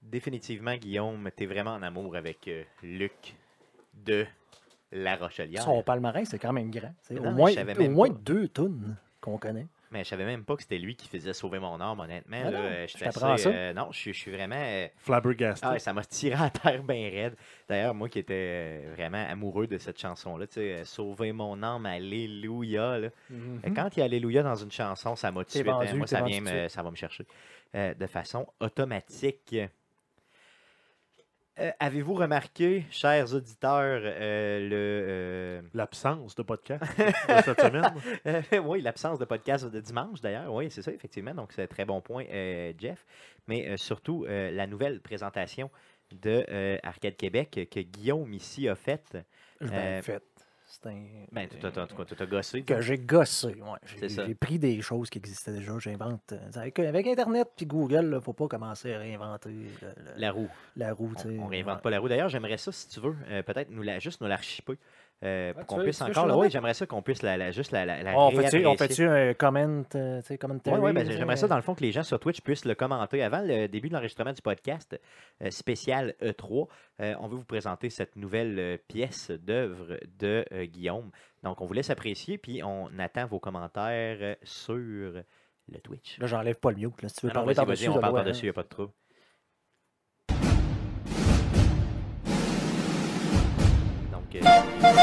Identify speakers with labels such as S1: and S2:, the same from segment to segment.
S1: Définitivement, Guillaume, tu es vraiment en amour avec euh, Luc de La Rochelière.
S2: Son palmarès, c'est quand même grand. C'est
S1: Non,
S2: au
S1: mais
S2: moins,
S1: je savais
S2: au
S1: même
S2: moins
S1: pas.
S2: deux tonnes qu'on connaît.
S1: Mais je savais même pas que c'était lui qui faisait sauver mon âme, honnêtement.
S2: Ah
S1: là,
S2: non,
S1: euh, j'étais
S2: je t'apprends
S1: assez,
S2: ça.
S1: euh, non, je, suis- je suis vraiment. euh,
S3: Flabbergasted.
S1: Ah, ça m'a tiré à terre bien raide. D'ailleurs, moi qui étais euh, vraiment amoureux de cette chanson-là, tu sais, euh, Sauver mon âme, Alléluia. là.
S2: Mhm.
S1: Euh, Quand il y a Alléluia dans une chanson, ça m'a tué.
S2: vendu,
S1: Moi,
S2: Mm-hmm. t'es
S1: ça,
S2: vendu
S1: vient
S2: tout de
S1: me- ça va me chercher. Euh, de façon automatique. Euh, Avez-vous remarqué, chers auditeurs, euh, le. euh,
S3: L'absence de podcast de cette semaine.
S1: euh, oui, l'absence de podcast de dimanche, d'ailleurs. Oui, c'est ça, effectivement. Donc, c'est un très bon point, euh, Jeff. Mais euh, surtout, euh, la nouvelle présentation de euh, Arcade Québec que Guillaume ici a faite.
S2: Ben,
S1: Euh,
S2: en fait, c'est un.
S1: Ben, tu t'as- t'as- en tout cas, tu t'as gossé.
S2: que j'ai gossé. ouais.
S1: C'est
S2: J'ai
S1: ça.
S2: j'ai pris des choses qui existaient déjà, j'invente. euh, Avec, avec Internet puis Google, il faut pas commencer à réinventer le- le- la,
S1: La roue.
S2: roue. tu
S1: On,
S2: sais.
S1: on réinvente
S2: Ouais.
S1: pas la roue. D'ailleurs, j'aimerais ça, si tu veux, euh, peut-être nous la, juste nous la rechipper. euh, pour
S2: tu
S1: qu'on
S2: veux-
S1: puisse
S2: tu veux que je
S1: encore.
S2: te
S1: là,
S2: la
S1: oui,
S2: mette?
S1: j'aimerais ça qu'on puisse la, la- juste la, la, la
S2: on fait-tu on
S1: réapprécier.
S2: fait-tu un comment, euh, tu sais, commentary,
S1: Oui,
S2: tu sais,
S1: ben, j'aimerais ça,
S2: euh,
S1: dans le fond, que les gens sur Twitch puissent le commenter. Avant le début de l'enregistrement du podcast euh, spécial E3, euh, on veut vous présenter cette nouvelle euh, pièce d'œuvre de euh, Guillaume. Donc, on vous laisse apprécier, puis on attend vos commentaires euh, sur le Twitch.
S2: Là, j'enlève pas le mute. là. Si tu veux
S1: Ah Non, non,
S2: parler
S1: vas-y,
S2: par-dessus,
S1: vas-y, on
S2: je
S1: parle
S2: dois, hein.
S1: par-dessus, il n'y a pas de trouble. Donc, euh,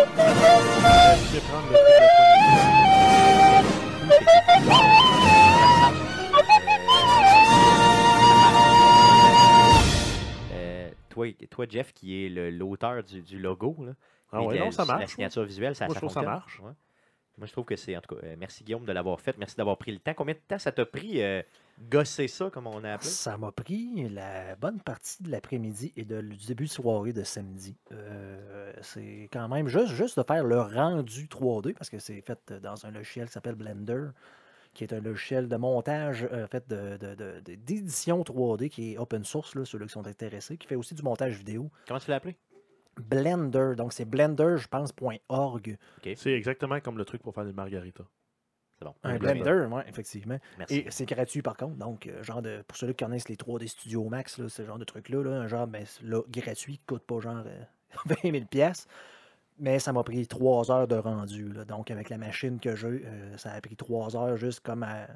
S3: Je vais prendre le truc de la
S1: Euh, toi, toi, Jeff, qui est le- l'auteur du, du logo, là,
S3: Ah
S1: et de
S3: ouais,
S1: la,
S3: non, ça
S1: la
S3: marche.
S1: signature visuelle, ça,
S3: Moi, je trouve que ça
S1: fonctionne.
S3: marche.
S1: Ouais. Moi, je trouve que c'est. En tout cas, euh, merci Guillaume de l'avoir fait. Merci d'avoir pris le temps. Combien de temps ça t'a pris euh, gosser ça, comme on a appelé
S2: Ça m'a pris la bonne partie de l'après-midi et de, du début de soirée de samedi. Euh, c'est quand même juste, juste de faire le rendu 3D parce que c'est fait dans un logiciel qui s'appelle Blender, qui est un logiciel de montage euh, fait de- de- de- de- d'édition 3D qui est open source, là, ceux qui sont intéressés, qui fait aussi du montage vidéo.
S1: Comment tu l'as appelé
S2: Blender, donc c'est blender, je pense, point .org.
S3: C'est exactement comme le truc pour faire des margaritas.
S1: C'est bon.
S2: Un
S3: Un
S2: blender,
S3: blender.
S2: ouais, effectivement.
S1: Merci.
S2: Et c'est gratuit par contre, donc euh, genre de pour ceux qui connaissent les 3D Studio Max, là, ce genre de truc-là, là, un genre ben, c'est- là, gratuit qui coûte pas genre euh, 20 000 pièces, mais ça m'a pris 3 heures de rendu. là. donc avec la machine que j'ai, euh, ça a pris 3 heures juste comme à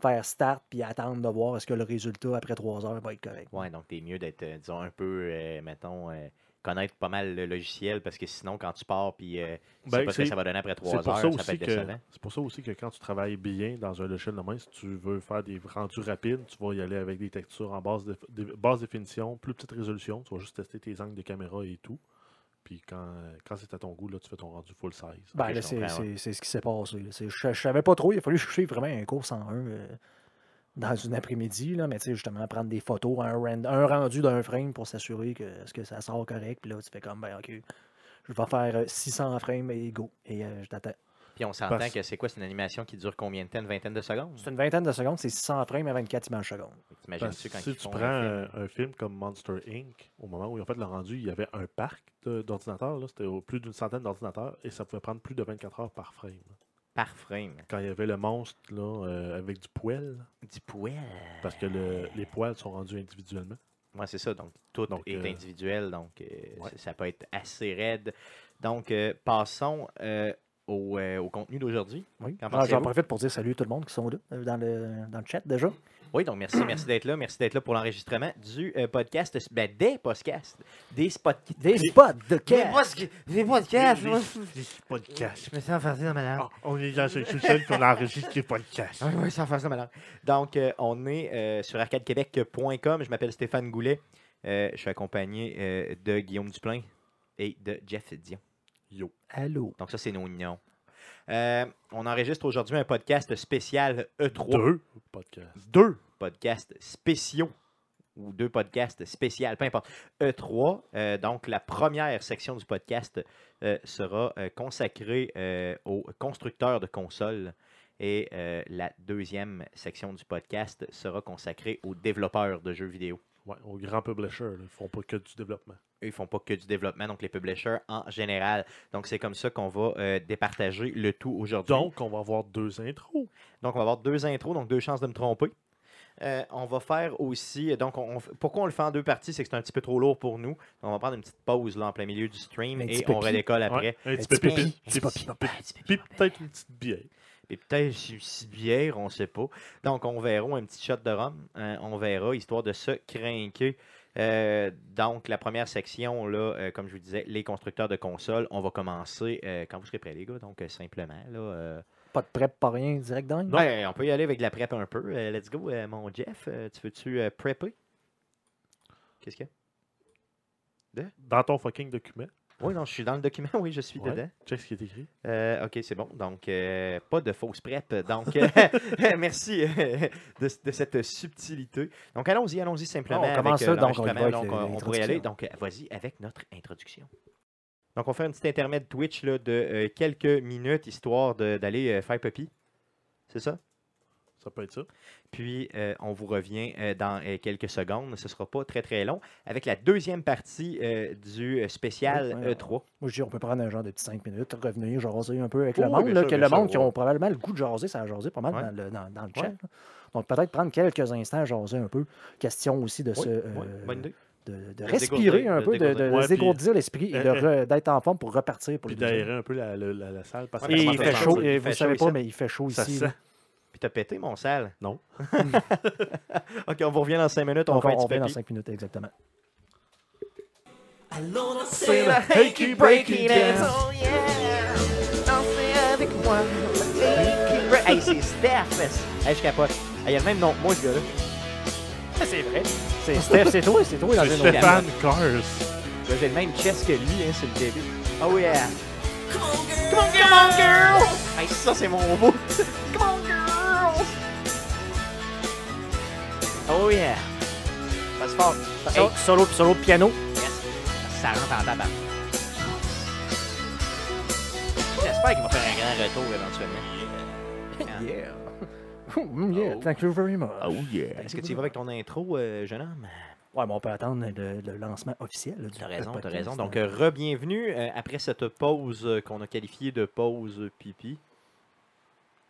S2: faire start puis attendre de voir est-ce que le résultat après 3 heures va être correct.
S1: Ouais, donc t'es mieux d'être, euh, disons, un peu, euh, mettons, euh, connaître pas mal le logiciel, parce que sinon, quand tu pars, puis euh, tu sais
S3: Ben,
S1: pas ce que
S3: c'est-
S1: ça va donner après
S3: C'est
S1: trois
S3: pour, ça
S1: heures, ça peut
S3: aussi
S1: être
S3: que-
S1: décevant.
S3: c'est pour ça aussi que quand tu travailles bien dans un logiciel de main, si tu veux faire des rendus rapides, tu vas y aller avec des textures en basse, déf- dé- basse définition, plus petite résolution. Tu vas juste tester tes angles de caméra et tout. Puis quand, euh, quand c'est à ton goût, là, tu fais ton rendu full size.
S2: Ben,
S1: Ok,
S2: là,
S1: je
S2: c'est,
S1: comprends, ouais.
S2: c'est- c'est ce qui s'est passé. là. C'est- Je, je savais pas trop. Il a fallu que je suive vraiment un cours 101 euh, dans une après-midi. Là, mais tu sais, justement, prendre des photos, un, rend- un rendu d'un frame pour s'assurer que, est-ce que ça sort correct. Puis là, tu fais comme, ben, OK, je vais faire euh, 600 frames et go. Et euh, je t'attends.
S1: Puis on s'entend
S3: Parce-
S1: que c'est quoi, c'est une animation qui dure combien de temps, une vingtaine de secondes
S2: C'est une vingtaine de secondes. C'est 600 frames à 24 images secondes.
S3: Parce
S1: T'imagines-tu
S3: que
S1: quand
S3: si
S1: ils
S3: tu
S1: font
S3: prends
S1: un film?
S3: un, un film comme Monster Inc., au moment où ils ont fait le rendu, il y avait un parc de- d'ordinateurs. là, C'était au- plus d'une centaine d'ordinateurs et ça pouvait prendre plus de 24 heures par frame. là.
S1: par frame.
S3: Quand il y avait le monstre là, euh, avec du poêle, là,
S1: Du poil.
S3: parce que le- les poêles sont rendus individuellement.
S1: Moi, c'est ça. Donc, tout
S3: Donc,
S1: est
S3: euh,
S1: individuel. Donc, euh,
S3: ouais.
S1: ça- ça peut être assez raide. Donc, euh, passons euh, au, euh, au contenu d'aujourd'hui.
S2: Oui.
S1: Qu'en
S2: Ah,
S1: pensez-vous?
S2: j'en profite pour dire salut à tout le monde qui sont là, euh, dans le, dans le chat déjà.
S1: Oui, donc merci, merci d'être là. Merci d'être là pour l'enregistrement du euh, podcast, ben, des podcasts, des podcasts.
S2: Des spots de
S1: Des podcasts, moi,
S3: podcasts.
S1: je me sens enfarcé dans ma langue.
S3: Ah, on est dans une chaîne qu'on enregistre les podcasts.
S1: Ah oui, ça en face de ma langue. Donc, euh, on est euh, sur arcadequebec.com. Je m'appelle Stéphane Goulet. Euh, je suis accompagné euh, de Guillaume Duplain et de Jeff Dion.
S3: Yo.
S2: Allô?
S1: Donc, ça, c'est nos nions. Euh, on enregistre aujourd'hui un podcast spécial E E3.
S3: Deux podcasts.
S1: Deux podcasts spéciaux ou deux podcasts spéciaux, peu importe. E3, euh, donc la première section du podcast euh, sera euh, consacrée euh, aux constructeurs de consoles et euh, la deuxième section du podcast sera consacrée aux développeurs de jeux vidéo.
S3: Ouais, au grand publisher, là, ils font pas que du développement.
S1: Eux, ils font pas que du développement, donc les publishers en général. Donc c'est comme ça qu'on va euh, départager le tout aujourd'hui.
S3: Donc, on va avoir deux intros.
S1: Donc, on va avoir deux intros, donc deux chances de me tromper. Euh, on va faire aussi. Donc, on- on- pourquoi on le fait en deux parties C'est que c'est un petit peu trop lourd pour nous. Donc, on va prendre une petite pause là, en plein milieu du stream
S2: Un
S1: et
S2: petit peu
S1: on
S2: pi.
S1: redécolle après.
S3: Ouais, un petit
S2: petit
S3: peu
S2: peu
S3: pipi.
S2: pi- un petit peu pi-
S3: Puis- Puis peut-être une petite bière.
S1: Et peut-être si, si bière, on sait pas. Donc, on verra un petit shot de rhum. hein, on verra, histoire de se craquer. Euh, donc, la première section, là, euh, comme je vous disais, les constructeurs de consoles, on va commencer euh, quand vous serez prêts, les gars. Donc, euh, simplement, là, euh,
S2: Pas de prep, pas rien, direct dans le-
S1: ben, on peut y aller avec de la prep un peu. Euh, let's go, euh, mon Jeff. euh, tu veux-tu euh, prepper? Qu'est-ce qu'il y a?
S3: Dans ton fucking document,
S1: Oui, non, je suis dans le document. Oui, je suis
S3: Ouais.
S1: dedans.
S3: check ce qui est écrit.
S1: Euh, OK, c'est bon. Donc, euh, pas de fausse prep. Donc, euh, merci euh, de, de cette subtilité. Donc, allons-y, allons-y simplement.
S2: Ah, on commence
S1: avec, euh,
S2: ça, donc, on y
S1: l'enregistrement.
S2: va avec
S1: Donc,
S2: le-
S1: on, on pourrait y aller.
S2: l'introduction.
S1: Donc, euh, vas-y avec notre introduction. Donc, on fait un petit intermède Twitch là, de euh, quelques minutes, histoire de- d'aller euh, faire puppy. C'est ça?
S3: Ça peut être ça.
S1: Puis, euh, on vous revient euh, dans euh, quelques secondes. Ce ne sera pas très, très long. Avec la deuxième partie euh, du euh, spécial
S2: Oui, oui,
S1: E3.
S2: Moi, je dis, on peut prendre un genre de petits 5 minutes, revenir, jaser un peu avec
S3: Oui,
S2: le monde,
S3: bien
S2: là,
S3: sûr,
S2: que
S3: bien
S2: le
S3: sûr,
S2: monde qui
S3: ouais.
S2: ont probablement le goût de jaser, ça a jasé pas mal
S1: Ouais.
S2: dans, le, dans, dans le
S1: Ouais.
S2: chat. là. Donc, peut-être prendre quelques instants, jaser un peu. Question aussi de,
S1: Oui,
S2: se,
S1: oui,
S2: euh,
S1: bonne idée.
S2: de, de
S1: De
S2: respirer un
S1: dégourdir, de
S2: peu, de, de,
S1: dégourdir.
S3: Ouais, puis-
S2: dégourdir l'esprit et de re- d'être en forme pour repartir pour
S3: Puis
S2: le deuxième.
S3: d'aérer un peu la, la- la- la salle. Parce
S1: Ouais,
S3: que
S2: Et
S1: ça
S2: il
S1: commence
S2: fait
S1: à faire
S2: chaud,
S1: chaud,
S2: et
S1: il
S2: vous
S1: fait
S2: ne
S1: chaud
S2: savez
S1: ici.
S2: pas, mais il fait chaud
S3: Ça
S2: ici.
S3: sent.
S2: là.
S1: Puis, t'as pété mon sale.
S3: Non.
S1: OK, on vous revient dans 5 minutes. On
S2: Donc,
S1: fait un
S2: on
S1: petit
S2: revient dans
S1: pipi.
S2: 5 minutes exactement.
S4: Allons danser la
S3: Hakey
S4: Hakey
S3: Breaky
S4: Breaky
S3: Dance.
S4: Dance. Oh yeah. Dansez avec moi. Hakey Breaky
S1: Hey, c'est Steph! Hey, je capote. Hey, il y a le même nom que moi, ce gars-là.
S2: C'est vrai. C'est Steph, c'est toi, c'est toi dans
S3: C'est
S2: une autre.
S3: Stéphane Cars.
S1: Là, J'ai le même chest que lui, hein, c'est le début. Oh yeah!
S4: Come on, girl.
S1: Come on, come on, girl! Hey, ça, c'est mon mot.
S4: Come on, girl.
S1: Oh yeah! Ça se passe. Ça,
S2: Hey, Solo, solo de piano.
S1: ça rentre en tabac. J'espère qu'il va faire un grand retour éventuellement.
S2: Yeah. Mm, yeah,
S1: Oh.
S2: thank you very much.
S1: yeah! Est-ce que tu y vas avec ton intro, euh, jeune homme?
S2: Ouais, mais on peut attendre le, le lancement officiel. là, du
S1: T'as raison, t'as
S2: podcast,
S1: raison.
S2: hein.
S1: Donc, euh, re-bienvenue euh, après cette pause euh, qu'on a qualifiée de pause pipi.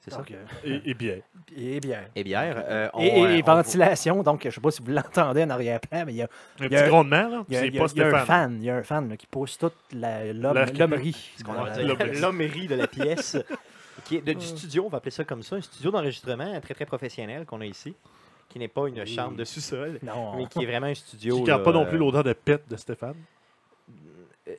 S1: C'est ça?
S2: Donc, euh,
S3: Et, et bien.
S2: et bien.
S1: Et bière. euh, on,
S2: Et, et-
S1: euh,
S2: et
S1: on-
S2: ventilation, donc je sais pas si vous l'entendez en arrière-plan, mais il y a,
S3: Un
S2: y a-
S3: petit grondement, là.
S2: il y a-
S3: C'est
S2: il y a-
S3: pas
S2: il y a un
S3: Stéphane.
S2: fan, il y a un fan là, qui pousse toute la- l'homme-
S3: L'air qui-
S2: l'hommerie.
S1: qu'on va
S2: dans-
S1: dire,
S3: L'homme-
S1: L'hommerie de la pièce, qui est de- du studio, on va appeler ça comme ça, un studio d'enregistrement très très professionnel qu'on a ici, qui n'est pas une
S3: Oui.
S1: chambre de sous-sol,
S2: Non,
S1: mais qui est vraiment un studio.
S3: Qui
S1: là,
S3: garde pas non plus
S1: Mm. euh,
S3: l'odeur de pète de Stéphane.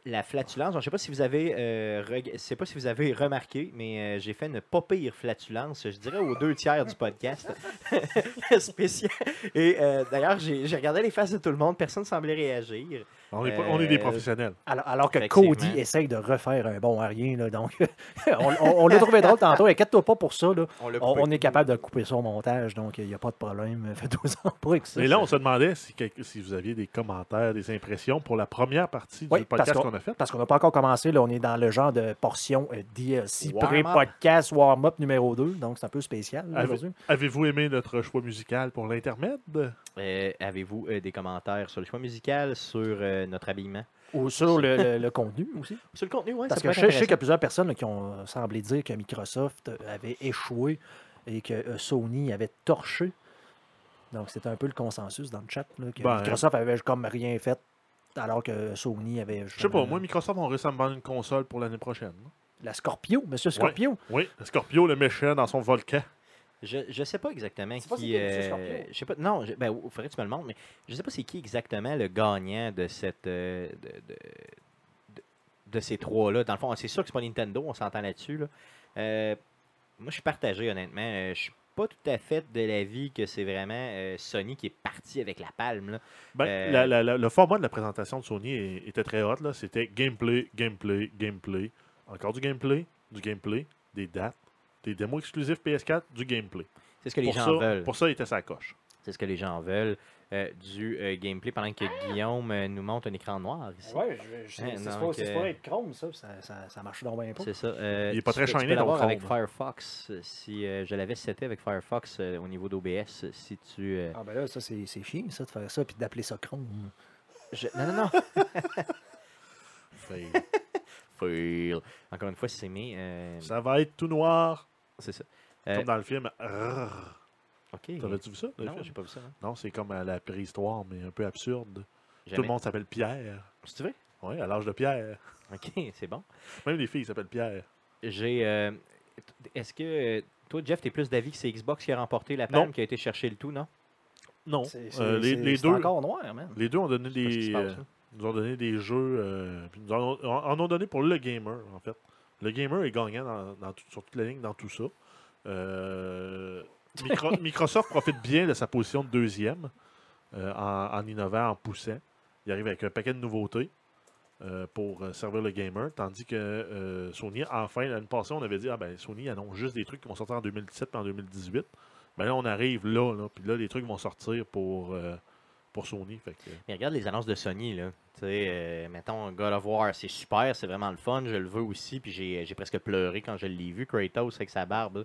S1: La flatulence, je ne sais pas si vous avez, euh, reg- je sais pas si vous avez remarqué, mais euh, j'ai fait une pas pire flatulence, je dirais aux deux tiers du podcast spécial. Et euh, d'ailleurs, j'ai j'ai regardé les faces de tout le monde, personne ne semblait réagir.
S3: On est, pas- on est des
S1: Euh,
S3: professionnels.
S2: alors, alors que
S1: Effectivement.
S2: Cody essaye de refaire un bon à rien, là, donc on, on- on l'a trouvé drôle tantôt, inquiète-toi pas pour ça. là.
S1: On l'a
S2: On,
S1: coupé.
S2: on est capable de couper ça au montage, donc il n'y a pas de problème. Faites-vous-en pas avec ça.
S3: Mais là, on se demandait si, quelque- si vous aviez des commentaires, des impressions pour la première partie
S2: Oui,
S3: du podcast
S2: parce
S3: qu'on a fait.
S2: Parce qu'on n'a pas encore commencé, là, on est dans le genre de portion euh, DLC,
S1: Warm-up.
S2: pré-podcast, warm-up numéro 2, donc c'est un peu spécial là,
S3: Avez-
S2: aujourd'hui.
S3: Avez-vous aimé notre choix musical pour l'intermède?
S1: Euh, Avez-vous euh, des commentaires sur le choix musical, sur euh, notre habillement?
S2: Ou sur le, le- le contenu aussi.
S1: Sur le contenu, oui.
S2: Parce que je sais- je sais qu'il y a plusieurs personnes là, qui ont euh, semblé dire que Microsoft euh, avait échoué et que euh, Sony avait torché. Donc c'était un peu le consensus dans le chat, là, que
S3: Ben,
S2: Microsoft avait comme rien fait, alors que Sony avait.
S3: Je sais pas,
S2: justement,
S3: moi, Microsoft, on réussi à me vendre une console pour l'année prochaine.
S2: La Scorpio, Monsieur Scorpio.
S3: Oui, Scorpio le méchant dans son volcan.
S1: Je, je sais pas exactement
S2: C'est pas
S1: qui.
S2: c'est qui, Monsieur
S1: euh,
S2: Scorpio?
S1: je sais pas. Non, je, ben, faudrait que tu me le montres, mais je sais pas c'est qui exactement le gagnant de cette. euh, de, de- de- de ces trois-là. Dans le fond, c'est sûr que c'est pas Nintendo, on s'entend là-dessus. là. Euh, moi, je suis partagé, honnêtement. Euh, Je suis pas tout à fait de l'avis que c'est vraiment euh, Sony qui est parti avec la palme. là.
S3: Ben,
S1: Euh,
S3: la- la- la- le format de la présentation de Sony est- était très hot. là. C'était gameplay, gameplay, gameplay. Encore du gameplay, du gameplay, des dates, des démos exclusives PS4, du gameplay.
S1: C'est ce que les
S3: pour,
S1: gens
S3: ça,
S1: veulent.
S3: pour ça, il était sa coche.
S1: C'est ce que les gens veulent euh, du euh, gameplay pendant que Guillaume euh, nous montre un écran noir ici.
S2: Ah! Ouais, je- je-
S1: Hein,
S2: c'est c'est
S1: donc,
S2: pas- c'est
S1: euh,
S2: pas être chrome, ça. puis Ça, ça, ça marche donc bien pas.
S1: C'est ça. euh,
S3: Il est pas
S1: tu
S3: très
S1: peux- tu peux
S3: shiny, ton
S1: l'avoir avec
S3: Chrome.
S1: Firefox. euh, Si euh, je l'avais seté avec Firefox euh, au niveau d'OBS, si tu. euh,
S2: Ah ben là, ça, c'est c'est chiant, ça, de faire ça, puis d'appeler ça chrome.
S1: Ah, je- Non, non, non.
S3: Fait-
S1: Fail. Encore une fois, c'est mes. euh,
S3: ça va être tout noir,
S1: C'est ça. Euh,
S3: comme dans le film. Rrrr.
S1: Ok.
S3: T'avais-tu vu ça? le
S1: Non,
S3: film?
S1: j'ai pas vu ça. non.
S3: Non, c'est comme à la préhistoire, mais un peu absurde. Tout
S1: Jamais.
S3: le monde s'appelle Pierre.
S1: C'est vrai?
S3: Oui, à l'âge de Pierre.
S1: Ok, c'est bon.
S3: Même les filles s'appellent Pierre.
S1: J'ai. euh, t- Est-ce que. euh, Toi, Jeff, t'es plus d'avis que c'est Xbox qui a remporté la
S3: Non.
S1: palme, qui a été chercher le tout, non?
S3: Non,
S2: C'est c'est-
S3: euh, les,
S2: c'est-
S3: les
S2: c'est
S3: deux,
S2: encore noir, man.
S3: les deux ont donné
S1: sais pas ce qui
S3: des,
S1: se passe,
S3: euh,
S1: là.
S3: nous ont donné des jeux, euh, puis nous en, en- en ont donné pour le gamer, en fait. Le gamer est gagnant dans, dans tout- sur toute la ligne dans tout ça. Euh, Micro- Microsoft profite bien de sa position de deuxième euh, en, en innovant, en poussant. Il arrive avec un paquet de nouveautés euh, pour euh, servir le gamer, tandis que euh, Sony, enfin, l'année passée, on avait dit, ah ben Sony annonce juste des trucs qui vont sortir en 2017 et en 2018. Ben là, on arrive là, là puis là, les trucs vont sortir pour, euh, pour Sony. Fait que,
S1: Mais regarde les annonces de Sony, là. Tu sais, euh, mettons, God of War, c'est super, c'est vraiment le fun, je le veux aussi, puis j'ai j'ai presque pleuré quand je l'ai vu, Kratos avec sa barbe. là.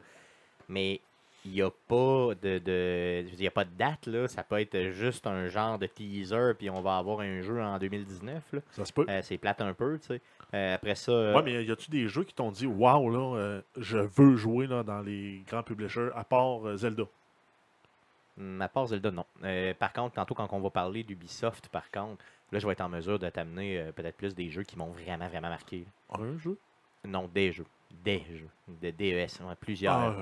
S1: Mais il n'y a pas de, de- je veux dire, il y a pas de date, là. Ça peut être juste un genre de teaser, puis on va avoir un jeu en 2019, là.
S3: ça se peut.
S1: Euh, c'est plate un peu, tu sais. Euh, après ça, euh,
S3: Ouais, mais y a-tu des jeux qui t'ont dit Waouh, là, euh, je veux jouer là, dans les grands publishers, à part euh, Zelda
S1: ma part, Zelda, non. Euh, par contre, tantôt, quand on va parler d'Ubisoft, par contre, là, je vais être en mesure de t'amener euh, peut-être plus des jeux qui m'ont vraiment, vraiment marqué.
S3: Un jeu
S1: Non, des jeux. Des jeux. Des DES, ouais, plusieurs.
S3: Ah,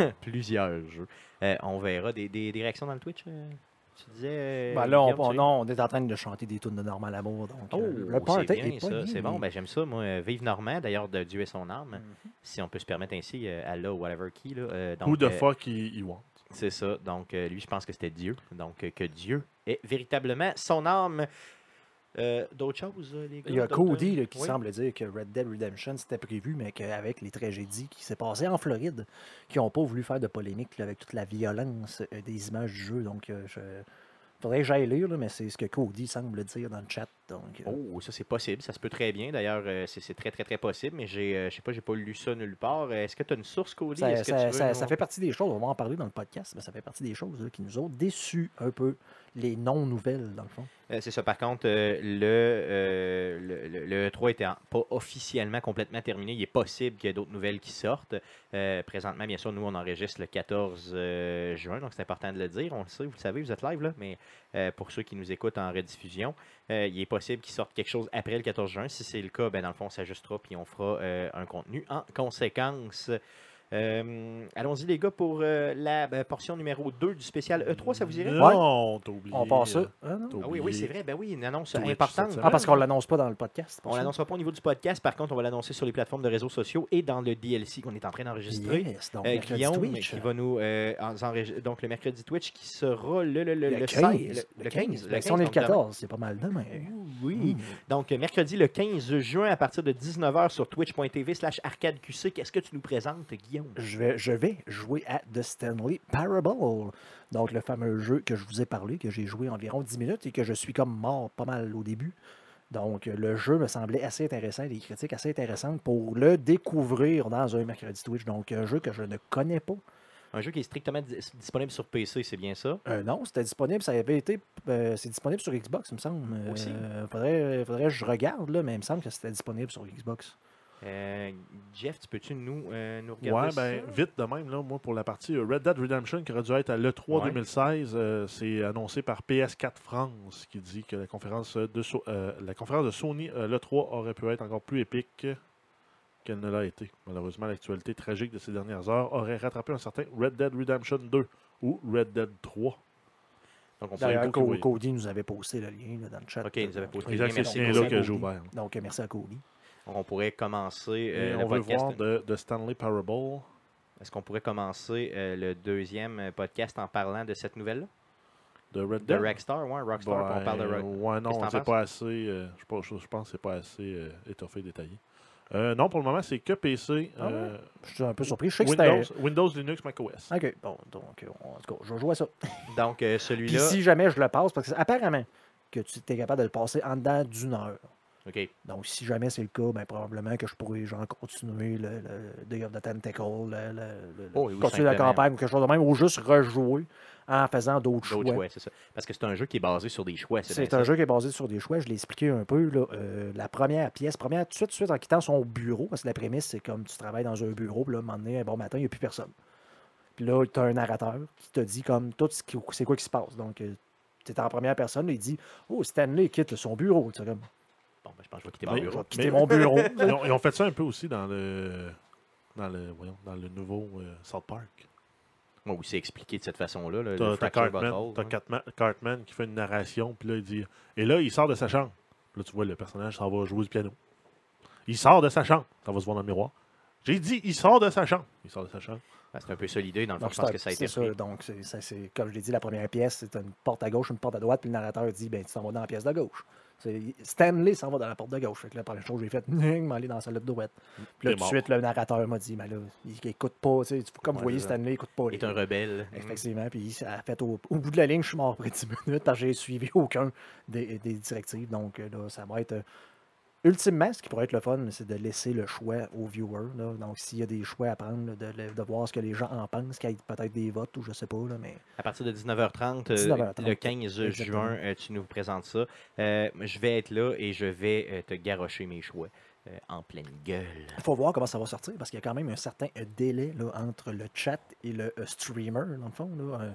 S3: euh,
S1: Plusieurs jeux. Euh, on verra des, des, des réactions dans le Twitch. euh, tu disais. euh,
S2: Ben là, on,
S1: Guillaume,
S2: on-
S1: tu-
S2: non, on est en train de chanter des tunes de Normal Amour. Donc,
S1: Oh,
S2: euh, le
S1: c'est
S2: party
S1: bien
S2: est
S1: ça.
S2: pogné.
S1: C'est bon, ben j'aime ça. Moi, Euh, vive Normand, d'ailleurs, de Dieu et son âme,
S2: Mhm.
S1: si on peut se permettre ainsi, euh, Allah ou whatever qui. Là, euh, donc,
S3: Who the
S1: euh,
S3: fuck il want
S1: C'est ça. Donc, euh, lui, je pense que c'était Dieu. Donc, euh, que Dieu est véritablement son âme. Euh, D'autres choses, euh, les gars
S2: Il y a
S1: d'autres, euh,
S2: Cody là, qui
S1: oui?
S2: semble dire que Red Dead Redemption c'était prévu, mais qu'avec les tragédies qui s'est passées en Floride, qui n'ont pas voulu faire de polémique là, avec toute la violence euh, des images du jeu. Donc, euh, je... faudrait que j'aille lire, là, mais c'est ce que Cody semble dire dans le chat. Donc, euh,
S1: Oh, ça c'est possible, ça se peut très bien. D'ailleurs, euh, c'est c'est très très très possible, mais j'ai, euh, je sais pas, j'ai pas lu ça nulle part. Euh, Est-ce que tu as une source, Cody
S2: ça,
S1: Est-ce que
S2: ça-
S1: tu veux
S2: ça-
S1: nous-
S2: ça fait partie des choses, on va en parler dans le podcast, mais ça fait partie des choses là, qui nous ont déçus un peu, les non-nouvelles, dans le fond.
S1: Euh, c'est ça. Par contre, euh, le, euh, le, le- le E3 était en- pas officiellement complètement terminé. Il est possible qu'il y ait d'autres nouvelles qui sortent. Euh, présentement, bien sûr, nous, on enregistre le 14 euh, juin, donc c'est important de le dire. On le sait, vous le savez, vous êtes live, là, mais euh, pour ceux qui nous écoutent en rediffusion, euh, il est possible qu'il sorte quelque chose après le 14 juin. Si c'est le cas, ben, dans le fond, on s'ajustera puis on fera euh, un contenu en conséquence. Euh, Allons-y, les gars, pour euh, la ben, portion numéro 2 du spécial E3, E ça vous irait?
S3: Non, t'as oublié.
S2: On passe ça.
S3: euh,
S2: Ah, non?
S3: t'as
S1: Ah oui, oui,
S3: oublié.
S1: c'est vrai. Ben oui, une annonce
S3: Twitch
S1: importante.
S3: cette
S2: Ah, parce qu'on l'annonce pas dans le podcast.
S1: On ne l'annoncera pas au niveau du podcast. Par contre, on va l'annoncer sur les plateformes de réseaux sociaux et dans le DLC qu'on est en train d'enregistrer.
S2: Yes, donc,
S1: Euh,
S2: mercredi
S1: Guillaume,
S2: Twitch.
S1: qui va nous euh, en- enreg- donc le mercredi Twitch qui sera le, le, le,
S2: Le,
S1: le
S2: 15,
S1: 16,
S2: le 15.
S1: le
S2: Ben, si on est le
S1: donc demain.
S2: 14, c'est pas mal demain. hein.
S1: Oui. Donc, euh, mercredi le 15 juin à partir de 19h sur twitch.tv slash arcadeqc. Qu'est-ce que tu nous présentes, Guillaume?
S2: Je vais, je vais jouer à The Stanley Parable. Donc, le fameux jeu que je vous ai parlé, que j'ai joué environ 10 minutes et que je suis comme mort pas mal au début. Donc, euh, le jeu me semblait assez intéressant, des critiques assez intéressantes pour le découvrir dans un mercredi Twitch. Donc, un jeu que je ne connais pas.
S1: Un jeu qui est strictement dis- disponible sur PC, c'est bien ça?
S2: Euh, non, c'était disponible, ça avait été. euh, c'est disponible sur Xbox, il me semble. Euh,
S1: Aussi?
S2: faudrait, faudrait que je regarde, là, mais il me semble que c'était disponible sur Xbox.
S1: Euh, Jeff, tu peux-tu nous, euh, nous regarder
S3: Ouais, ben,
S1: ça?
S3: vite de même, là, moi, pour la partie euh, Red Dead Redemption, qui aurait dû être à l'E3
S1: Ouais.
S3: 2016, euh, c'est annoncé par PS4 France, qui dit que la conférence de, So- euh, la conférence de Sony, euh, l'E3, aurait pu être encore plus épique qu'elle ne l'a été. Malheureusement, l'actualité tragique de ces dernières heures aurait rattrapé un certain Red Dead Redemption 2 ou Red Dead 3.
S1: Donc, on peut
S2: D'ailleurs,
S3: le coup,
S2: Co-
S3: oui.
S2: Cody nous avait posté le lien là, dans le chat. euh,
S1: Ok, il nous avait posté le
S3: Exact,
S1: lien,
S3: c'est
S1: merci,
S3: ce lien-là
S1: Cody.
S3: que j'ai ouvert.
S2: Donc, euh, merci à Cody.
S1: on pourrait commencer
S3: Et
S1: euh, le
S3: on veut
S1: podcast.
S3: voir de, de Stanley Parable.
S1: Est-ce qu'on pourrait commencer euh, le deuxième podcast en parlant de cette nouvelle-là?
S3: De Red
S1: De
S3: Dead.
S1: Rockstar, ouais, Rockstar,
S3: Ben,
S1: on parle de Rockstar.
S3: Ouais,
S1: Qu'est-ce que t'en
S3: non, c'est
S1: penses?
S3: pas assez. euh, je, pense, je pense que c'est pas assez euh, étoffé, détaillé. Euh, non, pour le moment, c'est que PC.
S2: Ah ouais?
S3: euh,
S2: Je suis un peu surpris. Je sais que
S3: Windows,
S2: c'était. Ah,
S3: Windows, Linux, macOS.
S2: Ok, bon, donc, euh, en tout cas, je vais jouer à ça.
S1: Donc, euh,
S2: Puis
S1: celui-là.
S2: si jamais je le passe, parce que c'est- apparemment que tu es capable de le passer en dedans d'une heure.
S1: OK.
S2: Donc, si jamais c'est le cas, ben, probablement que je pourrais genre, continuer le, le Day of the Tentacle, le, le- le-
S1: Oh, et ou
S2: continuer la
S1: simplement.
S2: campagne ou quelque chose de même, ou juste rejouer en faisant d'autres
S1: D'autres
S2: choix.
S1: choix, c'est ça. Parce que c'est un jeu qui est basé sur des choix. bien
S2: C'est un
S1: ça.
S2: jeu qui est basé sur des choix. Je l'ai expliqué un peu. là. Euh, la première pièce, première, tout de suite, tout de suite, en quittant son bureau, parce que la prémisse, c'est comme tu travailles dans un bureau, puis là, un moment donné, un bon matin, il n'y a plus personne. Puis là, tu as un narrateur qui te dit comme tout ce qui, c'est quoi qui se passe. Donc, tu es en première personne, là, il dit Oh, Stanley quitte son bureau. Tu sais, comme,
S1: Bon, ben, je pense que je vais quitter mon
S3: Mais-
S1: bureau.
S2: quitter mon bureau.
S3: Ils ont, ils ont fait ça un peu aussi dans le dans le, voyons, dans le nouveau euh, South Park.
S1: Moi aussi, expliqué de cette façon-là. là,
S3: T'as
S1: le
S3: t'as
S1: Fracture
S3: Cartman, t'as
S1: Butthole, hein.
S3: Cartman, Cartman qui fait une narration, puis là, il dit... Et là, il sort de sa chambre. Puis Là, tu vois, le personnage s'en va jouer du piano. Il sort de sa chambre. Ça va se voir dans le miroir. J'ai dit, il sort de sa chambre. Il sort de sa chambre.
S1: Ben, c'est un peu ça l'idée. Dans le fond,
S2: Donc,
S1: je pense
S2: c'est-
S1: que ça a
S2: c'est
S1: été repris.
S2: Donc, c'est, ça, c'est- comme je l'ai dit, la première pièce, c'est une porte à gauche, une porte à droite, puis le narrateur dit ben, Tu t'en vas dans la pièce de gauche. C'est- Stanley s'en va dans la porte de gauche. Fait que la première chose que j'ai faite, je m'en aller dans la salle de douette. Puis là,
S3: T'es
S2: tout de
S3: mort.
S2: suite, le narrateur m'a dit Mais là, il il écoute pas. tu sais, Comme vous
S3: Ouais,
S2: voyez,
S3: c'est ça.
S2: Stanley, il écoute pas.
S1: Il
S2: les-
S1: est un rebelle.
S2: Effectivement, puis ça a fait au, au bout de la ligne, je suis mort après 10 minutes, parce que j'ai suivi aucun des, des directives. Donc euh, là, ça va être. euh, Ultimement, ce qui pourrait être le fun, c'est de laisser le choix aux viewers. là. Donc, s'il y a des choix à prendre, là, de, le- de voir ce que les gens en pensent, qu'il y ait peut-être des votes ou je sais pas, là, mais
S1: À partir de 19h30, euh,
S2: 19h30,
S1: le 15
S2: exactement.
S1: juin, euh, tu nous présentes ça. Euh, je vais être là et je vais euh, te garrocher mes choix euh, en pleine gueule.
S2: il faut voir comment ça va sortir parce qu'il y a quand même un certain euh, délai là, entre le chat et le euh, streamer, dans le fond. là. Euh,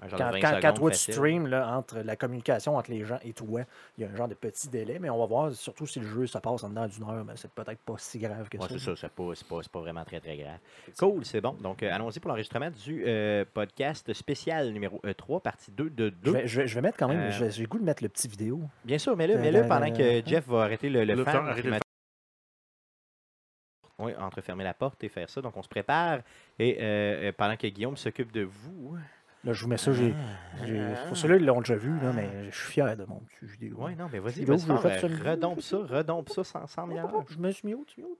S1: Un genre de
S2: Quand,
S1: 20
S2: quand, quand
S1: secondes
S2: toi, tu
S1: facile.
S2: stream, là, entre la communication entre les gens et toi, il y a un genre de petit délai, mais on va voir, surtout si le jeu se passe en dedans d'une heure, ben, c'est peut-être pas si grave que
S1: Ouais,
S2: ça.
S1: c'est ça, c'est pas, c'est pas- c'est pas vraiment très très grave. Cool, c'est bon. Donc, euh, allons-y pour l'enregistrement du euh, podcast spécial numéro euh, 3, partie 2 de 2.
S2: Je vais, je vais- je vais mettre quand même,
S1: Euh,
S2: j'ai j'ai le goût de mettre le petit vidéo.
S1: Bien sûr, mais le
S2: Euh,
S1: mets-le
S2: dans
S1: pendant
S2: le-
S1: que Jeff va arrêter le, le
S3: Le
S1: fan
S3: fan, arrêter le
S1: climatique. Oui, entre fermer la porte et faire ça. Donc, on se prépare et euh, euh, pendant que Guillaume s'occupe de vous. Ah.
S2: Là, je vous mets ça, j'ai. j'ai- Pour ceux-là, ils l'ont déjà vu, là, mais je suis fier de mon petit vidéo.
S1: Oui, non, mais vas-y,
S2: Il va où,
S1: vas-y,
S2: je vais
S1: fort,
S2: faire
S1: euh,
S2: ça.
S1: redompe ça, redompe ça sans, sans
S2: Hop,
S1: miel.
S2: hop, hop, Je me suis mis haut, tu haut.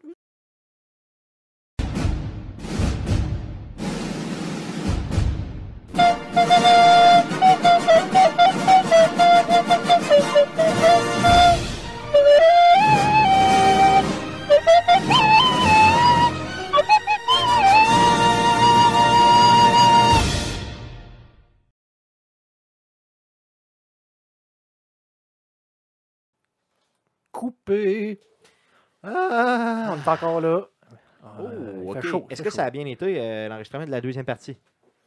S2: Coupé. Ah, on est encore là. Ah, il
S1: Oh,
S2: fait
S1: ok.
S2: chaud, il
S1: Est-ce
S2: fait
S1: que
S2: chaud.
S1: ça a bien été euh, l'enregistrement de la deuxième partie?
S3: Ben,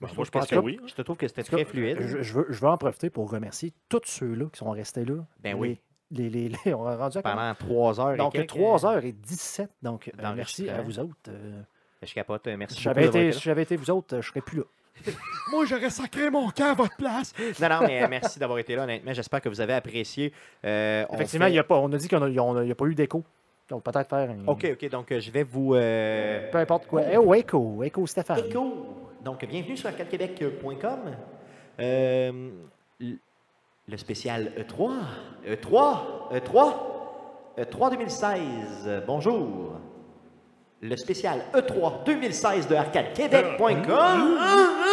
S3: Moi,
S1: trouve
S3: je pense
S1: que
S3: que
S1: ça-
S3: oui.
S1: Je te trouve que c'était
S2: En tout cas,
S1: très fluide.
S2: Je, je veux, je veux en profiter pour remercier tous ceux-là qui sont restés là.
S1: Ben
S2: Les-
S1: oui.
S2: Les, les, les- on a rendu à combien?
S1: Pendant 3 heures. et
S2: Donc,
S1: quelques,
S2: 3h17. Donc, euh, merci
S1: d'enregistrement.
S2: à vous autres. euh,
S1: euh, Je capote. euh, Merci
S2: si
S1: beaucoup
S2: j'avais
S1: d'avoir
S2: été,
S1: été là.
S2: si j'avais été vous autres, euh, je serais plus là.
S1: Moi, j'aurais sacré mon camp à votre place. Non, non, mais euh, merci d'avoir été là, honnêtement. J'espère que vous avez apprécié. Euh, on
S2: Effectivement,
S1: fait-
S2: il y a pas, on a dit qu'on a- il y a- on a- il n'y a, pas eu d'écho. Donc, peut-être faire un.
S1: OK, OK, donc euh, je vais vous... euh,
S2: Peu importe quoi. Eh, oh, écho, écho, Stéphane.
S1: Écho. Donc, bienvenue sur arcadequebec.com. Euh, l- le spécial E E3. E3. E3. E3 2016. Bonjour. Le spécial E E3 2016 de arcadequebec.com.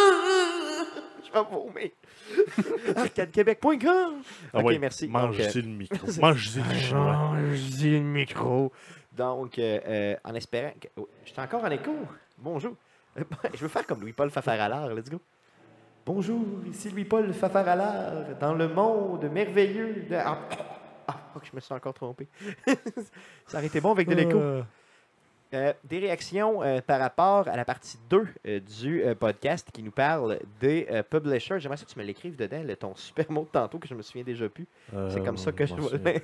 S1: Je vais vomir. arcadequebec.com.
S3: Ah
S1: OK, Ah,
S3: ouais,
S1: merci. Donc, euh,
S3: Mange-y le micro. Mange-y le chinois.
S1: j'ai le micro. Donc, euh, euh, en espérant que. oh, je suis encore en écho. Bonjour. Euh, Je veux faire comme Louis-Paul Fafaralard. Let's go. Bonjour, ici Louis-Paul Fafaralard, dans le monde merveilleux de. Ah, ah, fuck, je me suis encore trompé. Ça aurait été bon avec de l'écho.
S2: Euh.
S1: Euh, des réactions euh, par rapport à la partie 2 euh, du euh, podcast qui nous parle des euh, publishers. J'aimerais ça que tu me l'écrives dedans, le- ton super mot de tantôt que je me souviens déjà plus. C'est comme ça
S3: Euh,
S1: que je vois.
S3: C'est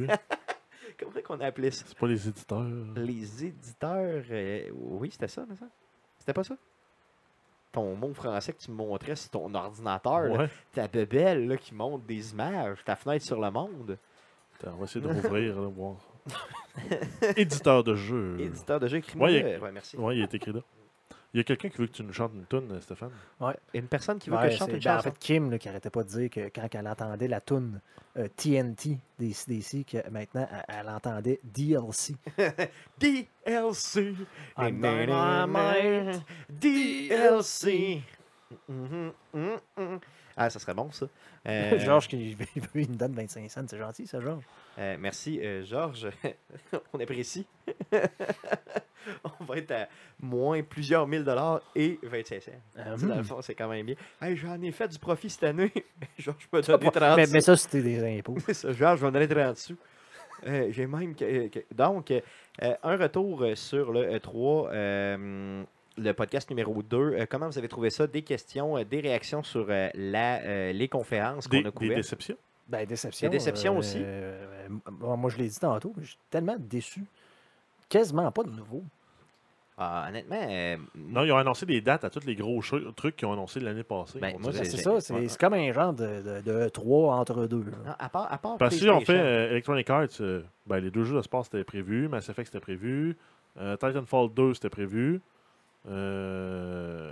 S1: Comment est-ce qu'on appelait ça?
S3: pas les éditeurs.
S1: Les éditeurs. euh, oui, c'était ça, mais ça? C'était pas ça? Ton mot français que tu me montrais sur ton ordinateur, là,
S3: Ouais.
S1: ta bebelle là, qui monte des images, ta fenêtre sur le monde.
S3: Attends, On va essayer de rouvrir, là, voir. Éditeur de jeu.
S1: Éditeur de jeu, écris-moi.
S3: Ouais,
S1: euh, ouais, merci.
S3: Oui, il est écrit là. Il y a quelqu'un qui veut que tu nous chantes une tune, Stéphane.
S1: Une personne qui veut
S2: Ouais,
S1: que je chante
S2: c'est-
S1: une
S2: ben, en
S1: chanson.
S2: fait, Kim, là, qui arrêtait pas de dire que quand elle entendait la toune euh, TNT des CDC, que maintenant, elle, elle entendait DLC.
S1: DLC.
S2: I'm
S1: Dynamite.
S2: Dynamite.
S1: DLC. Mhm, mhm, mhm. Ah, ça serait bon, ça. Euh,
S2: Georges, qui il veut une donne 25 cents, c'est gentil, ça, Georges.
S1: euh, merci, euh, Georges. On apprécie. On va être à moins plusieurs mille dollars et 25 cents.
S2: Euh,
S1: Tu
S2: hmm.
S1: sais,
S3: Hmm.
S1: Dans le fond, c'est quand même bien. Hey, J'en ai fait du profit cette année. Georges, je peux te donner 30
S2: mais, mais ça, c'était des impôts.
S1: C'est ça, Georges, je vais en aller 30 sous. Euh, J'ai même. que- que- donc, euh, un retour euh, sur le 3, le podcast numéro 2. comment vous avez trouvé ça? Des questions, euh, des réactions sur euh, la, euh, les conférences qu'on
S3: Des,
S1: a
S3: des
S1: couvertes.
S3: déceptions.
S2: Ben,
S1: Il y
S2: déception.
S1: a déception
S2: euh,
S1: aussi.
S2: euh, moi, moi, je l'ai dit tantôt, mais je suis tellement déçu. Quasiment pas de nouveau.
S1: Ah, honnêtement, euh,
S3: Non, ils ont annoncé des dates à tous les gros cho- trucs qu'ils ont annoncés l'année passée.
S1: Ben,
S3: on
S1: moi,
S3: dirait.
S1: c'est-
S2: C'est ça, c'est
S1: ouais.
S2: c'est comme un genre de, de, de E3 entre deux. là.
S1: non, à part. À part
S3: Parce que si on fait
S1: PlayStation,
S3: euh, Electronic Arts, euh, ben, les deux jeux de sport c'était prévu, Mass Effect c'était prévu, euh, Titanfall 2 c'était prévu, euh,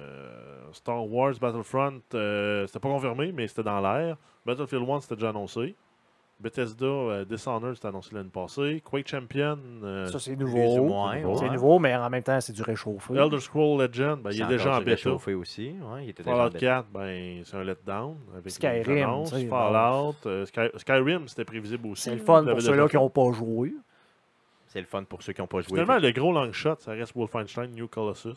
S3: Star Wars Battlefront euh, c'était pas confirmé mais c'était dans l'air, Battlefield 1 c'était déjà annoncé, Bethesda euh, Dishonored c'était annoncé l'année passée, Quake Champion, euh,
S2: Ça, c'est
S1: plus ou
S2: nouveau.
S1: moins,
S3: nouveau.
S1: ouais.
S2: C'est nouveau, mais en même temps, c'est du réchauffé.
S3: Elder Scrolls Legend, ben, il est
S1: C'est
S3: déjà
S1: encore
S3: en
S1: du
S3: bêta.
S1: réchauffé aussi. ouais, il était déjà en
S3: Fallout
S1: bêta.
S3: 4, ben, c'est un letdown. Avec
S2: Skyrim,
S3: une annonce.
S2: tu sais,
S3: Fallout, euh, Sky- Skyrim, c'était prévisible aussi.
S2: C'est le fun
S3: Level
S2: pour ceux-là
S3: of-
S2: qui n'ont pas joué.
S1: C'est le fun pour ceux qui n'ont pas joué.
S3: Finalement, le gros long shot, ça reste Wolfenstein New Colossus.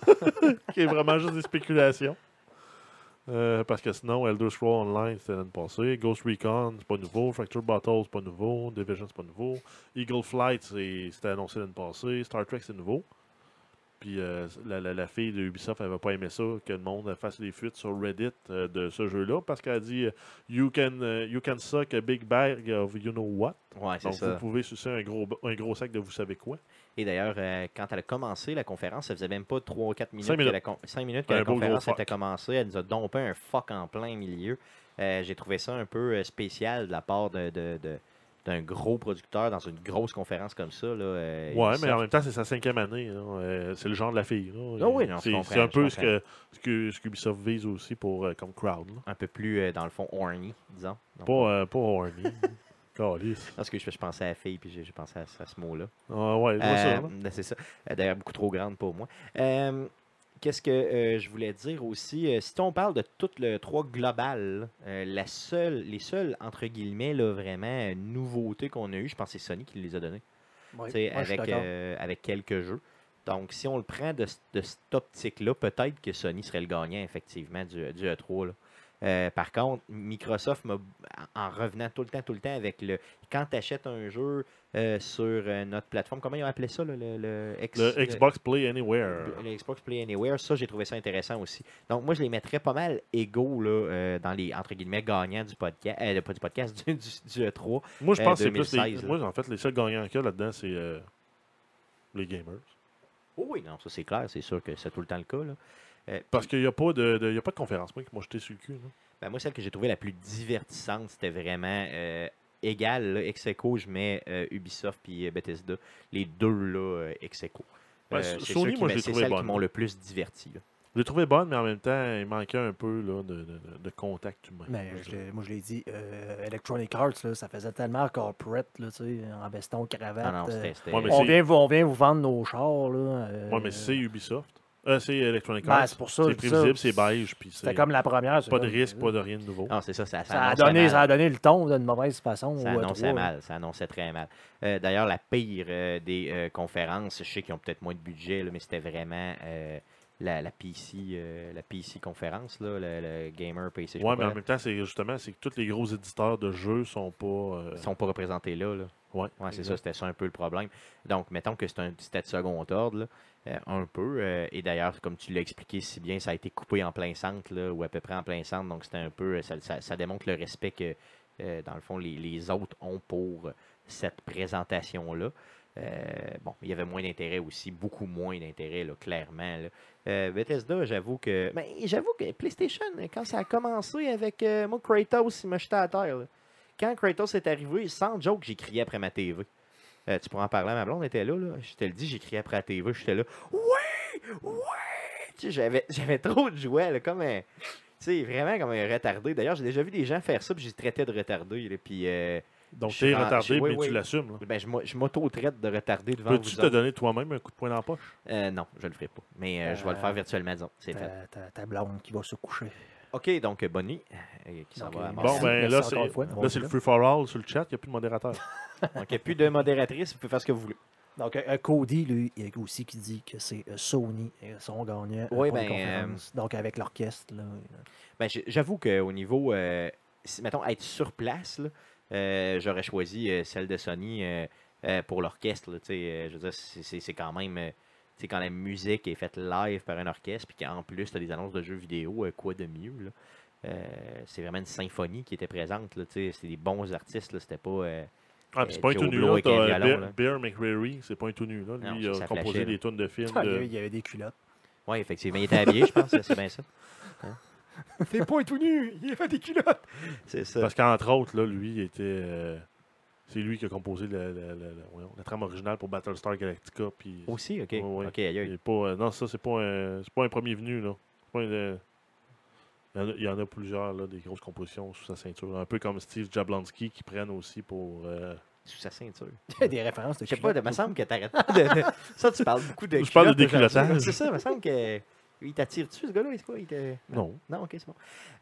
S3: qui est vraiment juste des spéculations. Euh, parce que sinon, Elder Scrolls Online, c'était l'année passée. Ghost Recon, c'est pas nouveau. Fracture Battle, c'est pas nouveau. Division, c'est pas nouveau. Eagle Flight, c'est- c'était annoncé l'année passée. Star Trek, c'est nouveau. Puis euh, la, la- la fille de Ubisoft, elle va pas aimé ça, que le monde fasse des fuites sur Reddit euh, de ce jeu-là, parce qu'elle a dit euh, You can, euh, you can suck a big bag of you know what.
S1: Ouais, c'est
S3: Donc,
S1: ça.
S3: vous pouvez sucer un gros, un gros sac de vous savez quoi.
S1: Et d'ailleurs, euh, quand elle a commencé la conférence, ça faisait même pas 3 ou 4 minutes,
S3: Cinq
S1: que
S3: minutes.
S1: la, con- cinq minutes que
S3: Un
S1: la
S3: beau gros
S1: conférence
S3: fuck.
S1: était commencée. Elle nous a dompé un fuck en plein milieu. Euh, J'ai trouvé ça un peu euh, spécial de la part de- de- de- d'un gros producteur dans une grosse conférence comme ça. Là, euh,
S3: Ouais, mais en
S1: Ubisoft.
S3: même temps, c'est sa cinquième année. là. Euh, c'est le genre de la fille. là.
S1: Ah oui, non, je
S3: c'est,
S1: comprends,
S3: c'est un
S1: je
S3: peu ce que, ce, que, ce qu'Ubisoft vise aussi pour, euh, comme crowd. là.
S1: Un peu plus, euh, dans le fond, horny, disons. Donc,
S3: Pas, euh, pas horny. Calice.
S1: Parce que je, je pensais à la fille, puis j'ai j'ai pensé à, à ce mot-là.
S3: Ah ouais, c'est
S1: Euh,
S3: ça, là.
S1: ben, c'est ça. Euh, D'ailleurs, beaucoup trop grande pour moi. Euh, Qu'est-ce que euh, je voulais dire aussi? Euh, si on parle de tout le 3 global, euh, la seule, les seules, entre guillemets, là, vraiment, euh, nouveautés qu'on a eues, je pense que c'est Sony qui les a données.
S2: Ouais,
S1: tu sais,
S2: moi, je suis
S1: avec,
S2: d'accord.
S1: euh, avec quelques jeux. Donc, si on le prend de, c- de cette optique-là, peut-être que Sony serait le gagnant, effectivement, du, du E3. là. Euh, par contre, Microsoft, m'a- en revenant tout le temps, tout le temps avec le. Quand tu achètes un jeu euh, sur euh, notre plateforme, comment ils ont appelé ça Le, le- le X-
S3: Le
S1: le-
S3: Xbox Play Anywhere.
S1: le Xbox Play Anywhere, ça, j'ai trouvé ça intéressant aussi. Donc, moi, je les mettrais pas mal égaux là, euh, dans les, entre guillemets, gagnants du podcast, euh, pas du podcast, du, du- du E3.
S3: Moi, je
S1: euh,
S3: pense que c'est
S1: 2016,
S3: plus les...
S1: là.
S3: Moi, en fait, les seuls gagnants qu'il y a là-dedans, c'est euh, les gamers.
S1: Oh oui, non, ça, c'est clair, c'est sûr que c'est tout le temps le cas. là. Euh,
S3: Parce qu'il n'y a, pas de, de- il y a pas de conférence, moi, qui m'a jeté sur le cul. là.
S1: Ben, moi, celle que j'ai trouvée la plus divertissante, c'était vraiment euh, égal. là, ex aequo, je mets euh, Ubisoft puis euh, Bethesda. Les deux, là, euh, ex aequo. Euh,
S3: Ouais, Ben, S-
S1: c'est
S3: Sony,
S1: ceux qui
S3: moi,
S1: m'a-
S3: je l'ai
S1: c'est
S3: trouvé
S1: celles qui
S3: bonne.
S1: m'ont le plus diverti. là.
S3: Je l'ai trouvé bonne, mais en même temps, il manquait un peu là, de, de- de- de contact humain.
S2: Mais
S3: Moi,
S2: je
S3: je-
S2: l'ai- moi, je l'ai dit, euh, Electronic Arts, là, ça faisait tellement corporate, là, tu sais, en veston,
S1: Non,
S2: cravate.
S1: Ah non,
S2: euh,
S1: c'était- c'était-
S3: Ouais, mais
S2: on,
S3: c'est-
S2: vient vous, on vient vous vendre nos chars. Là, euh,
S3: Ouais, mais c'est Ubisoft. Euh, c'est Electronic
S2: Ben,
S3: Arts.
S2: c'est pour ça,
S3: C'est
S2: je dis ça.
S3: prévisible, c'est beige. puis
S2: C'était
S3: c'est
S2: comme la première. c'est
S3: Pas de
S2: comme-
S3: risque, pas de rien de nouveau.
S1: Non, c'est ça, ça, ça
S2: Ça a,
S1: annonçait
S2: donné,
S1: mal.
S2: ça a donné le ton d'une mauvaise façon.
S1: Ça
S2: au E3,
S1: annonçait
S2: là.
S1: mal, ça annonçait très mal. Euh, D'ailleurs, la pire euh, des euh, conférences, je sais qu'ils ont peut-être moins de budget, là, mais c'était vraiment euh, la, la PC, euh, la PC conférence, là, le, le gamer PC. je sais
S3: Ouais,
S1: pas
S3: mais en
S1: quoi,
S3: même temps, c'est justement, c'est que tous les gros éditeurs de jeux sont pas. euh,
S1: ils sont pas représentés là. là.
S3: Ouais,
S1: Ouais, c'est
S3: exact.
S1: ça, c'était ça un peu le problème. Donc, mettons que c'est un c'était de second ordre, là, euh, un peu. euh, et d'ailleurs, comme tu l'as expliqué si bien, ça a été coupé en plein centre, là, ou à peu près en plein centre. Donc, c'était un peu. euh, Ça, ça- ça démontre le respect que, euh, dans le fond, les, les autres ont pour euh, cette présentation-là. Euh, bon, il y avait moins d'intérêt aussi, beaucoup moins d'intérêt, là, clairement. là. Euh, Bethesda, j'avoue que. Mais j'avoue que PlayStation, quand ça a commencé avec euh, moi, Kratos, il m'a jeté à terre. là. Quand Kratos est arrivé, sans joke, j'ai crié après ma TV. Euh, tu pourras en parler à ma blonde, elle était là. là. Je te le dis, j'ai crié après la TV, j'étais là. Oui! Ouais! Tu sais, j'avais, j'avais trop de jouets, là, comme un. Tu sais, vraiment comme un retardé. D'ailleurs, j'ai déjà vu des gens faire ça, puis je les traitais de retardé. Là, puis, euh,
S3: Donc,
S1: Je
S3: t'es
S1: suis en-
S3: retardé,
S1: je- oui,
S3: mais
S1: oui.
S3: tu l'assumes. là.
S1: ben, je, m'a- je m'auto-traite de retardé devant
S3: Peux-tu
S1: vous.
S3: te
S1: autres.
S3: donner toi-même un coup de poing dans la poche?
S1: Euh, non, je le ferai pas. Mais euh, je vais le
S2: Euh,
S1: faire virtuellement, disons. C'est fait.
S2: Ta, ta- ta blonde qui va se coucher.
S1: OK, donc euh, bonne nuit. euh, qui s'en
S2: Donc,
S1: va à
S2: euh,
S1: Montréal.
S3: Bon,
S2: Merci, merci
S3: ben là,
S2: encore
S3: c'est
S2: une fois.
S3: là, c'est le free for all sur le chat, il n'y a plus de modérateur.
S1: Donc, il n'y a plus de modératrice, vous pouvez faire ce que vous voulez.
S2: Donc, euh, euh, Cody, lui, il y a aussi qui dit que c'est euh, Sony, euh, son gagnant euh,
S1: Oui,
S2: pour
S1: ben,
S2: les
S1: euh,
S2: conférences. Donc, avec l'orchestre, là, euh,
S1: Ben, j- j'avoue qu'au niveau, euh, si- mettons, être sur place, là, euh, j'aurais choisi euh, celle de Sony euh, euh, pour l'orchestre. là, tu sais, euh, je veux dire, c'est- c'est c'est quand même. euh, tu sais, quand la musique est faite live par un orchestre, puis qu'en plus, tu as des annonces de jeux vidéo, euh, quoi de mieux? là? Euh, c'est vraiment une symphonie qui était présente. là, tu sais, C'était des bons artistes. là, C'était pas. euh,
S3: Ah, puis c'est
S1: Euh,
S3: pas un
S1: Joe
S3: tout nu,
S1: Blow
S3: là.
S1: avec un
S3: t'as, euh,
S1: violon, là.
S3: Bear, Bear McCreary, c'est pas un tout nu, là.
S1: Non,
S3: Lui, il
S1: ça, ça
S3: a composé
S1: flashait, là.
S3: des tonnes de films.
S2: ah,
S3: de-
S2: il y a- il y avait des culottes.
S1: Oui, effectivement. Il était habillé, je pense. C'est bien ça.
S2: T'es pas tout nu, il avait des culottes.
S1: C'est ça.
S3: Parce qu'entre autres, là, lui, il était... euh, C'est lui qui a composé la, la- la- la- voyons, la trame originale pour Battlestar Galactica. Puis
S1: Aussi, OK.
S3: Ouais, ouais.
S1: OK, aïe, aïe.
S3: il est pas, euh, non, ça, c'est pas, un, c'est pas un premier venu, là. C'est pas un, euh, il, y en a, il y en a plusieurs, là, des grosses compositions sous sa ceinture. Un peu comme Steve Jablonski qui prennent aussi pour... euh,
S1: Sous sa ceinture.
S2: des références de
S1: Je sais pas,
S2: culottes.
S1: il me semble que t'arrêtes pas de, de- Ça, tu parles beaucoup de.
S3: Je parle de
S1: culottes aujourd'hui,
S3: déculottage.
S1: là. C'est ça, il me semble que. Il t'attire-tu, ce gars-là C'est quoi il te-
S3: Non.
S1: Non, ok, c'est bon.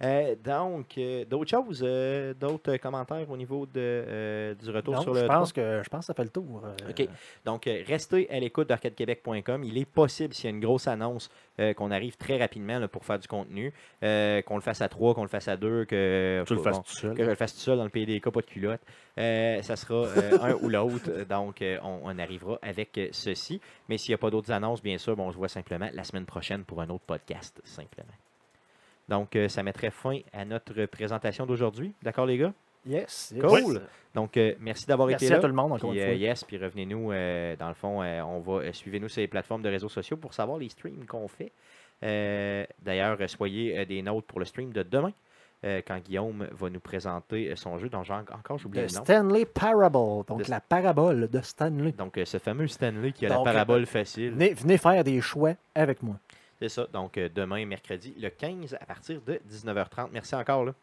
S1: Euh, donc, euh, d'autres choses, euh, d'autres commentaires au niveau de, euh, du retour
S2: Non,
S1: sur le.
S2: je, pense que, je pense que ça fait le tour. euh,
S1: OK. Donc, euh, restez à l'écoute d'arcadequebec.com. Il est possible, s'il y a une grosse annonce, euh, qu'on arrive très rapidement là, pour faire du contenu, euh, qu'on le fasse à trois, qu'on le fasse à deux, que.
S3: Tu le
S1: bon,
S3: fasses tout seul.
S1: que je le fasse tout seul dans le pays des cas, pas de culotte. Euh, ça sera euh, un ou l'autre. Donc, euh, on, on arrivera avec euh, ceci. Mais s'il n'y a pas d'autres annonces, bien sûr, bon, on se voit simplement la semaine prochaine pour un autre podcast, simplement. Donc, euh, ça mettrait fin à notre présentation d'aujourd'hui. D'accord, les gars?
S2: Yes, yes.
S1: Cool. Donc, euh, merci d'avoir
S2: Merci
S1: été
S2: à
S1: là.
S2: tout le monde, encore
S1: Puis,
S2: une
S1: euh,
S2: fois.
S1: yes, puis revenez-nous, euh, dans le fond, euh, on va euh, suivez-nous sur les plateformes de réseaux sociaux pour savoir les streams qu'on fait. Euh, D'ailleurs, euh, soyez euh, des nôtres pour le stream de demain, euh, quand Guillaume va nous présenter euh, son jeu, dont j'ai en- encore j'ai oublié
S2: De
S1: le nom.
S2: Stanley Parable, donc
S1: De-
S2: la parabole de Stanley.
S1: Donc, euh, ce fameux Stanley qui a
S2: Donc,
S1: la
S2: euh,
S1: parabole facile.
S2: Venez, venez faire des choix avec moi.
S1: C'est ça. Donc, euh, demain, mercredi, le 15, à partir de 19h30. Merci encore. Là.